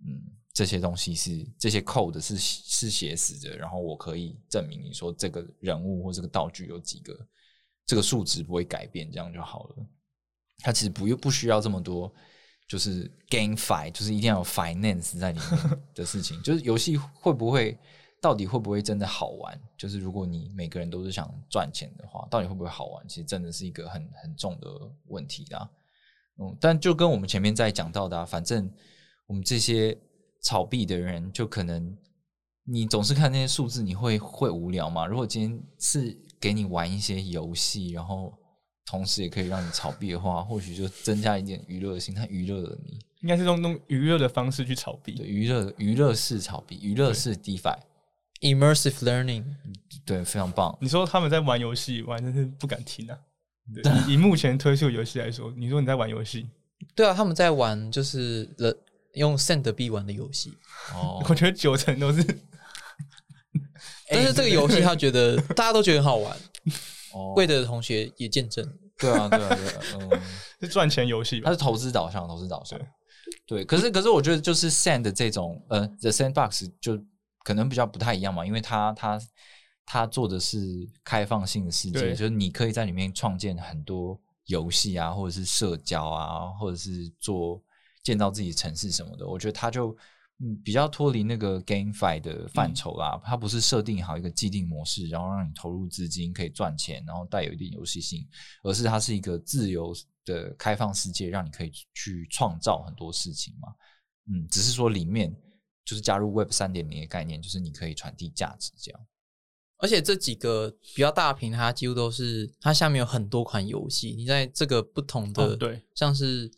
[SPEAKER 2] 嗯，这些东西是这些 code 是是写死的，然后我可以证明你说这个人物或这个道具有几个，这个数值不会改变，这样就好了。它其实不用不需要这么多，就是 game fi，就是一定要有 finance 在里面的事情。就是游戏会不会到底会不会真的好玩？就是如果你每个人都是想赚钱的话，到底会不会好玩？其实真的是一个很很重的问题啦。嗯，但就跟我们前面在讲到的、啊，反正我们这些炒币的人，就可能你总是看那些数字，你会会无聊嘛？如果今天是给你玩一些游戏，然后同时也可以让你炒币的话，或许就增加一点娱乐性，它娱乐了你。
[SPEAKER 3] 应该是用用娱乐的方式去炒
[SPEAKER 2] 对，
[SPEAKER 3] 币，
[SPEAKER 2] 娱乐娱乐式炒币，娱乐式 DeFi，
[SPEAKER 1] Immersive learning，
[SPEAKER 2] 对，非常棒。
[SPEAKER 3] 你说他们在玩游戏，玩真是不敢听 啊。对，以目前推出的游戏来说，你说你在玩游戏，
[SPEAKER 1] 对啊，他们在玩就是人用 Send 币玩的游戏，
[SPEAKER 2] 哦，
[SPEAKER 3] 我觉得九成都是
[SPEAKER 1] 但是这个游戏他觉得大家都觉得很好 玩，
[SPEAKER 2] 哦
[SPEAKER 1] 贵的同学也见证。
[SPEAKER 2] 对啊，对啊，对啊，嗯。
[SPEAKER 3] 是赚钱游戏
[SPEAKER 2] 它
[SPEAKER 1] 啊
[SPEAKER 3] 吧？
[SPEAKER 2] 是投资导向，投资导向
[SPEAKER 3] 对。
[SPEAKER 2] 对，可是可是我觉得就是 Sand 这种呃 The Sandbox 就可能比较不太一样嘛，因为它它它做的是开放性的世界，
[SPEAKER 3] 对
[SPEAKER 2] 就是你可以在里面创建很多游戏啊，或者是社交啊，或者是做建造自己的城市什么的。我觉得它就嗯比较脱离那个 GameFi 的范畴
[SPEAKER 3] 嗯
[SPEAKER 2] 啦，它不是设定好一个既定模式，然后让你投入资金可以赚钱，然后带有一定游戏性，而是它是一个自由的开放世界，让你可以去创造很多事情嘛。嗯，只是说里面就是加入 Web 三点零的概念，就是你可以传递价值这样。
[SPEAKER 1] 而且这几个比较大的平台，它几乎都是它下面有很多款游戏，你在这个不同的，
[SPEAKER 3] 哦对，
[SPEAKER 1] 像是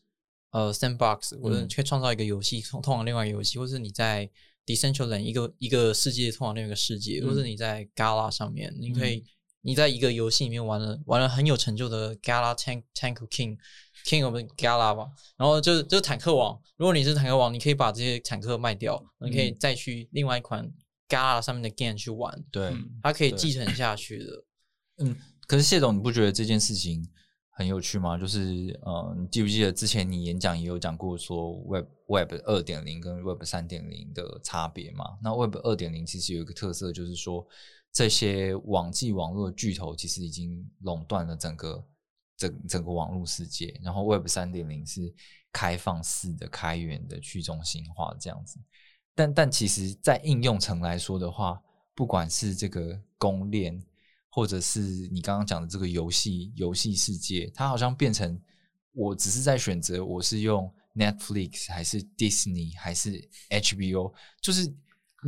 [SPEAKER 1] 呃 Sandbox，或者
[SPEAKER 2] 嗯
[SPEAKER 1] 你去创造一个游戏，通通往另外一个游戏，或是你在 Decentraland 一个一个世界通往另外一个世界，
[SPEAKER 2] 嗯
[SPEAKER 1] 或是你在 Gala 上面，你可以你在一个游戏里面玩了玩了很有成就的 Gala Tank Tank King。King of the Gala 吧，然后就就是坦克王。如果你是坦克王，你可以把这些坦克卖掉，你可以再去另外一款 Gala 上面的 game 去玩。
[SPEAKER 2] 对，
[SPEAKER 3] 嗯
[SPEAKER 1] 它可以
[SPEAKER 2] 对
[SPEAKER 1] 继承下去的。
[SPEAKER 2] 可是谢总，你不觉得这件事情很有趣吗？就是呃，你记不记得之前你演讲也有讲过说 Web Web 二点零跟 Web 三点零的差别嘛？那 Web 二点零其实有一个特色，就是说这些网际网络的巨头其实已经垄断了整个整整个网络世界，然后 Web 三点零是开放式的、开源的、去中心化这样子。但但其实，在应用层来说的话，不管是这个公链，或者是你刚刚讲的这个游戏游戏世界，它好像变成我只是在选择我是用 Netflix 还是 Disney 还是 HBO，就是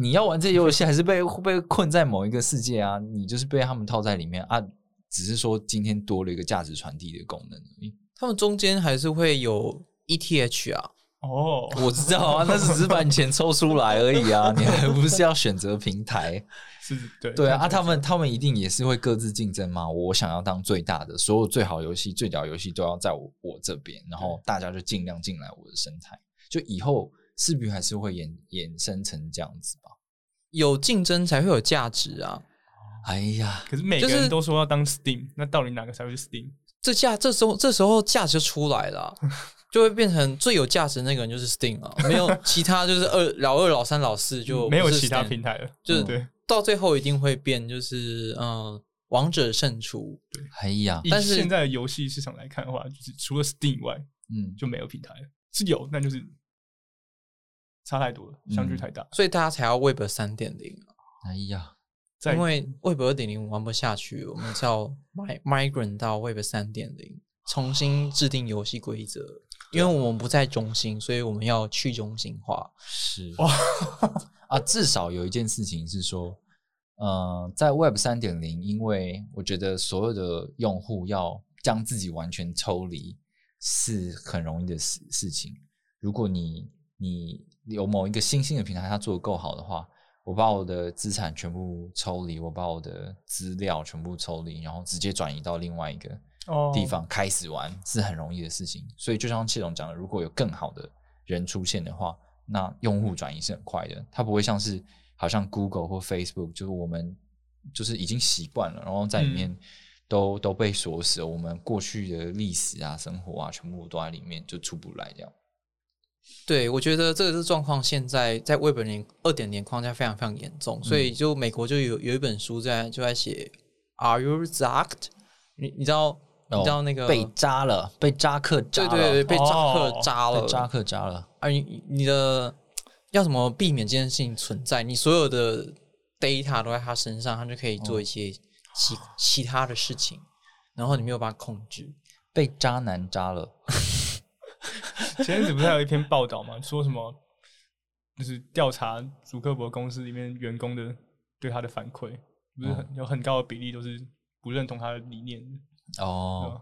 [SPEAKER 2] 你要玩这些游戏，还是被被困在某一个世界啊，你就是被他们套在里面啊。只是说今天多了一个价值传递的功能而已。
[SPEAKER 1] 他们中间还是会有 ETH 啊，
[SPEAKER 3] 哦，
[SPEAKER 2] 我知道啊，那是只是把你钱抽出来而已啊，你还不是要选择平台。
[SPEAKER 3] 是，对，
[SPEAKER 2] 对啊，啊
[SPEAKER 3] 看起来
[SPEAKER 2] 他们他们一定也是会各自竞争嘛。我想要当最大的，所有最好游戏、最屌游戏都要在我我这边，然后大家就尽量进来我的生态。就以后势必还是会衍衍生成这样子吧。
[SPEAKER 1] 有竞争才会有价值啊。
[SPEAKER 2] 哎呀，
[SPEAKER 3] 可是每个
[SPEAKER 1] 就是
[SPEAKER 3] 人都说要当 Steam，那到底哪个才会是 Steam？
[SPEAKER 1] 这价这时候这时候价值就出来了啊、就会变成最有价值的那个人就是 Steam 啊，没有其他就是二老二老三老四就
[SPEAKER 3] 没有
[SPEAKER 1] 不是
[SPEAKER 3] 其他
[SPEAKER 1] Steam
[SPEAKER 3] 平台了，
[SPEAKER 1] 就是
[SPEAKER 3] 对，
[SPEAKER 1] 到最后一定会变，就是嗯、呃王者胜出。
[SPEAKER 2] 哎呀，
[SPEAKER 3] 以
[SPEAKER 1] 但是
[SPEAKER 3] 现在的游戏市场来看的话，就是除了 Steam 以外
[SPEAKER 2] 嗯，
[SPEAKER 3] 就没有平台了，是有，那就是差太多了，
[SPEAKER 2] 嗯
[SPEAKER 3] 相距太大。
[SPEAKER 1] 所以大家才要 Web 三点零，
[SPEAKER 2] 哎呀，
[SPEAKER 3] 在
[SPEAKER 1] 因为 Web 二点零玩不下去，我们是要 mi- migrate 到 Web 三点零，重新制定游戏规则。因为我们不在中心，所以我们要去中心化。
[SPEAKER 2] 是哇啊，至少有一件事情是说，呃，在 Web 三点零，因为我觉得所有的用户要将自己完全抽离是很容易的事事情。如果你你有某一个新兴的平台，它做的够好的话，我把我的资产全部抽离，我把我的资料全部抽离，然后直接转移到另外一个
[SPEAKER 3] 哦
[SPEAKER 2] 地方开始玩是很容易的事情。所以就像谢总讲的，如果有更好的人出现的话，那用户转移是很快的，它不会像是好像 Google 或 Facebook，就是我们就是已经习惯了，然后在里
[SPEAKER 1] 嗯
[SPEAKER 2] 面都、都被锁死了，我们过去的历史啊、生活啊，全部都在里面就出不来这样。
[SPEAKER 1] 对，我觉得这个是状况。现在在 Web 零二点零框架非常非常严重，所以就美国就有有一本书在就在写 Are you zacked？你你知道、你知道那个
[SPEAKER 2] 哦被扎了，被扎克扎
[SPEAKER 1] 啊对对
[SPEAKER 2] 了，
[SPEAKER 1] 对被扎克
[SPEAKER 3] 哦
[SPEAKER 1] 扎了，
[SPEAKER 2] 被扎克扎了。
[SPEAKER 1] 啊，你你的要怎么避免这件事情存在？你所有的 data 都在他身上，他就可以做一些其、其他的事情，然后你没有办法控制。
[SPEAKER 2] 被渣男扎了，
[SPEAKER 3] 前阵子不是还有一篇报道嘛，说什么就是调查祖克伯公司里面员工的对他的反馈，不是很、
[SPEAKER 2] 哦
[SPEAKER 3] 有很高的比例都是不认同他的理念的，对
[SPEAKER 2] 哦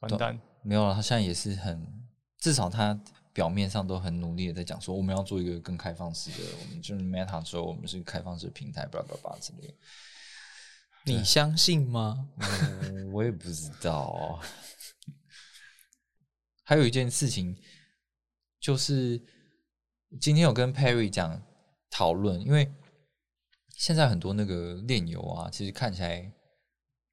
[SPEAKER 3] 吧，完蛋，
[SPEAKER 2] 没有了，他现在也是很，至少他表面上都很努力的在讲说，我们要做一个更开放式的，我们就是 Meta 之后，我们是开放式平台，巴拉巴拉巴拉之类的。
[SPEAKER 1] 你相信吗？
[SPEAKER 2] 嗯我也不知道。 还有一件事情，就是今天有跟 Perry 讲讨论，因为现在很多那个炼油啊，其实看起来，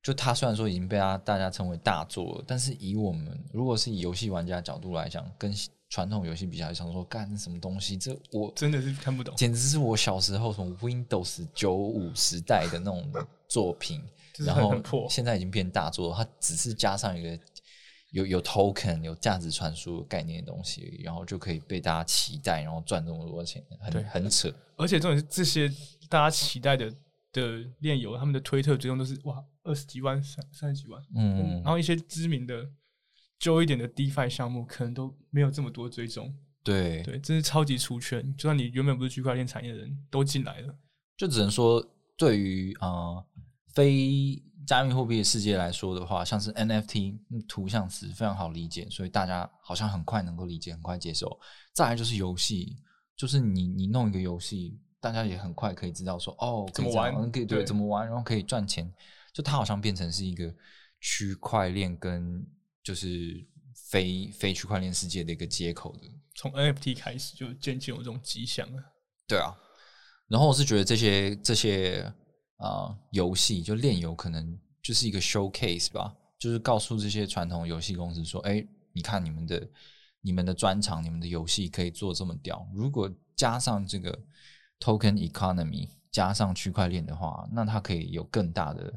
[SPEAKER 2] 就它虽然说已经被大家大家称为大作了，但是以我们如果是以游戏玩家的角度来讲，跟传统游戏比较，想说干什么东西，这我
[SPEAKER 3] 真的是看不懂。
[SPEAKER 2] 简直是我小时候什么 Windows 九五时代的那种作品，
[SPEAKER 3] 就是
[SPEAKER 2] 然
[SPEAKER 3] 很
[SPEAKER 2] 后
[SPEAKER 3] 很破
[SPEAKER 2] 现在已经变大作了，它只是加上一个有有 token 有价值传输概念的东西，然后就可以被大家期待，然后赚这么多钱，
[SPEAKER 3] 对
[SPEAKER 2] 很很扯。
[SPEAKER 3] 而且重点是这些大家期待的的炼友，他们的推特追踪都是哇二十几万、三三十几万，
[SPEAKER 2] 嗯
[SPEAKER 3] 然，后一些知名的旧一点的 DeFi 项目可能都没有这么多追踪，
[SPEAKER 2] 对，
[SPEAKER 3] 对，真是超级出圈。就算你原本不是区块链产业的人都进来了，
[SPEAKER 2] 就只能说对于呃非加密货币的世界来说的话，像是 NFT 嗯图像词非常好理解，所以大家好像很快能够理解，很快接受。再来就是游戏，就是你你弄一个游戏，大家也很快可以知道说哦
[SPEAKER 3] 怎么
[SPEAKER 2] 可以这样
[SPEAKER 3] 玩
[SPEAKER 2] 嗯可以对
[SPEAKER 3] 对
[SPEAKER 2] 怎么玩，然后可以赚钱。就它好像变成是一个区块链跟就是非非区块链世界的一个接口的
[SPEAKER 3] 从 NFT 开始就渐渐有这种迹象了。
[SPEAKER 2] 对啊，然后我是觉得这些这些啊游戏就炼油可能就是一个 showcase 吧，就是告诉这些传统游戏公司说，哎，你看你们的你们的专场、你们的游戏可以做这么屌，如果加上这个 token economy 加上区块链的话，那它可以有更大的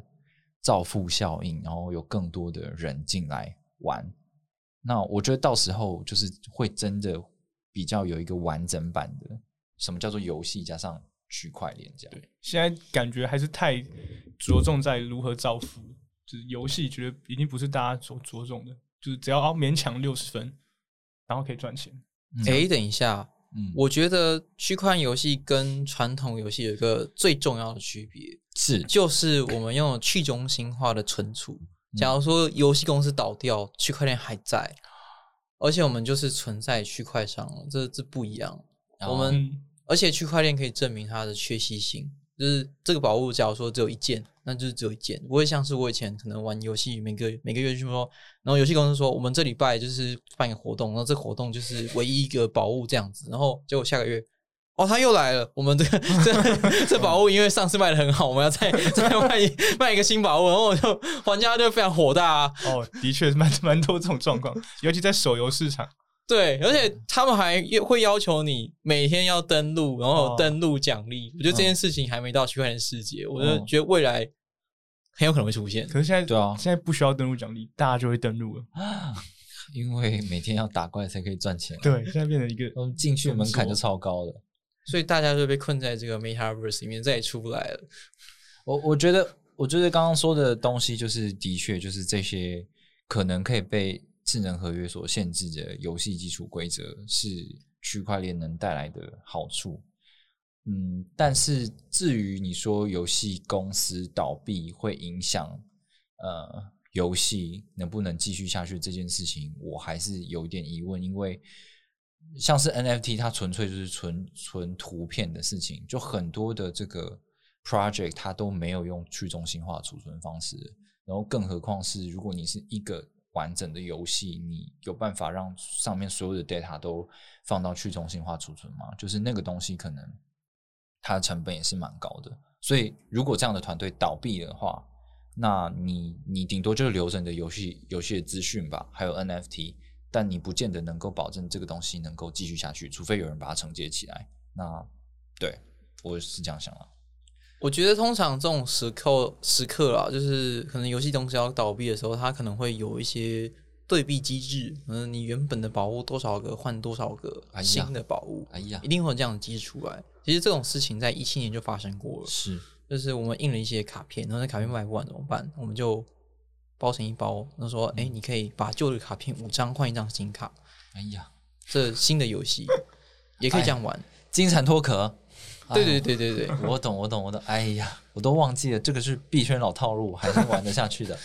[SPEAKER 2] 造富效应，然后有更多的人进来玩。那我觉得到时候就是会真的比较有一个完整版的什么叫做游戏加上区块链这样。对，
[SPEAKER 3] 现在感觉还是太着重在如何造福，就是游戏觉得已经不是大家所着重的，就是只要啊勉强六十分，然后可以赚钱。
[SPEAKER 1] 诶，等一下，
[SPEAKER 2] 嗯
[SPEAKER 1] 我觉得区块链游戏跟传统游戏有一个最重要的区别，
[SPEAKER 2] 是
[SPEAKER 1] 就是我们用去中心化的存储。假如说游戏公司倒掉，区块链还在，而且我们就是存在区块上了，这这不一样。我们
[SPEAKER 3] 嗯，
[SPEAKER 1] 而且区块链可以证明它的确息性，就是这个宝物，假如说只有一件，那就是只有一件，不会像是我以前可能玩游戏，每个每个月就说，然后游戏公司说我们这礼拜就是办一个活动，然后这活动就是唯一一个宝物这样子，然后结果下个月。哦，他又来了！我们这个 这这宝物，因为上次卖的很好，我们要再再卖一卖一个新宝物，然后我就玩家就非常火大啊！
[SPEAKER 3] 哦，的确是蛮蛮多这种状况，尤其在手游市场。
[SPEAKER 1] 对，而且他们还要会要求你每天要登录，然后有
[SPEAKER 3] 哦
[SPEAKER 1] 登录奖励。我觉得这件事情还没到区块链世界，我就
[SPEAKER 2] 嗯
[SPEAKER 1] 觉得未来很哦有可能会出现。
[SPEAKER 3] 可是现在
[SPEAKER 2] 对啊
[SPEAKER 3] 现在不需要登录奖励，大家就会登录了。
[SPEAKER 2] 因为每天要打怪才可以赚钱，，
[SPEAKER 3] 对，现在变成一个
[SPEAKER 2] 我们嗯进去的门槛就超高的。
[SPEAKER 1] 所以大家就被困在这个 MetaVerse 里面，再也出不来了。
[SPEAKER 2] 我我觉得，我觉得刚刚说的东西，就是的确就是这些可能可以被智能合约所限制的游戏基础规则，是区块链能带来的好处。嗯，但是至于你说游戏公司倒闭会影响呃游戏能不能继续下去这件事情，我还是有一点疑问，因为像是 NFT，它纯粹就是纯纯图片的事情，就很多的这个 project 它都没有用去中心化储存方式，然后更何况是如果你是一个完整的游戏，你有办法让上面所有的 data 都放到去中心化储存吗？就是那个东西可能它的成本也是蛮高的，所以如果这样的团队倒闭的话，那你你顶多就是留着你的游戏游戏的资讯吧，还有 NFT，但你不见得能够保证这个东西能够继续下去，除非有人把它承接起来。那对我是这样想的，
[SPEAKER 1] 我觉得通常这种时刻时刻啊，就是可能游戏公司要倒闭的时候，它可能会有一些对比机制，可能你原本的宝物多少个换多少个
[SPEAKER 2] 哎呀
[SPEAKER 1] 新的宝物，
[SPEAKER 2] 哎呀
[SPEAKER 1] 一，定会有这样的机制出来。其实这种事情在一七年就发生过了。
[SPEAKER 2] 是
[SPEAKER 1] 就是我们印了一些卡片，然后那卡片卖不完怎么办？我们就包成一包，然后说，
[SPEAKER 2] 嗯
[SPEAKER 1] 哎、你可以把旧的卡片五张换一张新卡，
[SPEAKER 2] 哎呀，
[SPEAKER 1] 这新的游戏也可以这样玩。
[SPEAKER 2] 金蝉脱壳，哎
[SPEAKER 1] 对对对对对，
[SPEAKER 2] 我懂我懂我懂，哎呀，我都忘记了，这个是币圈老套路，还是玩得下去 的，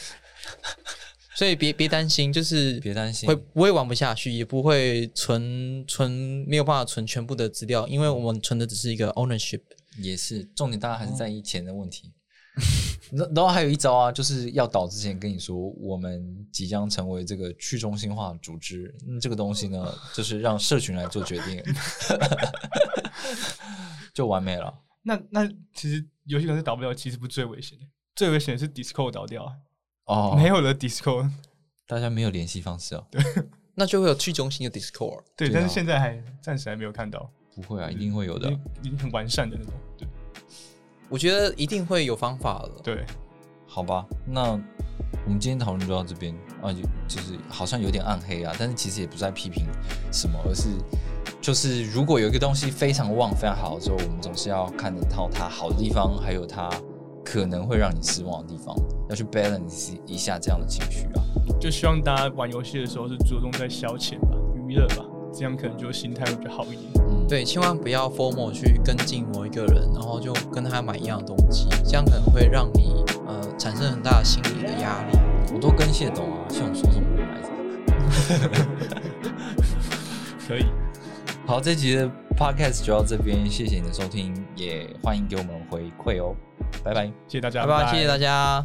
[SPEAKER 1] 所以别别担心，就是
[SPEAKER 2] 别担心
[SPEAKER 1] 会。不会玩不下去，也不会存存没有办法存全部的资料，因为我们存的只是一个 ownership。
[SPEAKER 2] 也是，重点大家还是
[SPEAKER 3] 哦
[SPEAKER 2] 在意钱的问题。 然然后还有一招啊，就是要倒之前跟你说，我们即将成为这个去中心化组织。嗯，这个东西 呢，就是让社群来做决定， 就完美了。
[SPEAKER 3] 那那其实游戏公司倒不了，其实不最危险的，最危险的是 Discord 倒掉啊，
[SPEAKER 2] 哦，
[SPEAKER 3] 没，有了 Discord，
[SPEAKER 2] 大家没有联系方式哦。
[SPEAKER 1] 那就会有去中心的 Discord，
[SPEAKER 2] 对
[SPEAKER 3] 对，
[SPEAKER 2] 啊
[SPEAKER 3] 但是现在还暂时还没有看到，
[SPEAKER 2] 不会啊，一定会有的
[SPEAKER 3] 已。经，已经很完善的那种，对
[SPEAKER 1] 我觉得一定会有方法的。
[SPEAKER 3] 对，
[SPEAKER 2] 好吧，那我们今天讨论就到这边。啊，就就是好像有点暗黑啊，但是其实也不是在批评什么，而是就是如果有一个东西非常旺、非常好之后，我们总是要看得到它好的地方，还有它可能会让你失望的地方，要去 balance 一下这样的情绪啊。
[SPEAKER 3] 就希望大家玩游戏的时候是着重在消遣吧、娱乐吧，这样可能就心态会比较好一点。
[SPEAKER 2] 嗯，
[SPEAKER 1] 对，千万不要 formal 去跟进某一个人，然后就跟他买一样东西，这样可能会让你呃产生很大的心理的压力。
[SPEAKER 2] 我都跟谢董啊，谢董说什么我就买什么。
[SPEAKER 3] 可以，
[SPEAKER 2] 好，这集的 podcast 就到这边，谢谢你的收听，也欢迎给我们回馈哦，拜拜。
[SPEAKER 3] 谢谢大家，
[SPEAKER 1] 拜拜，谢谢大家。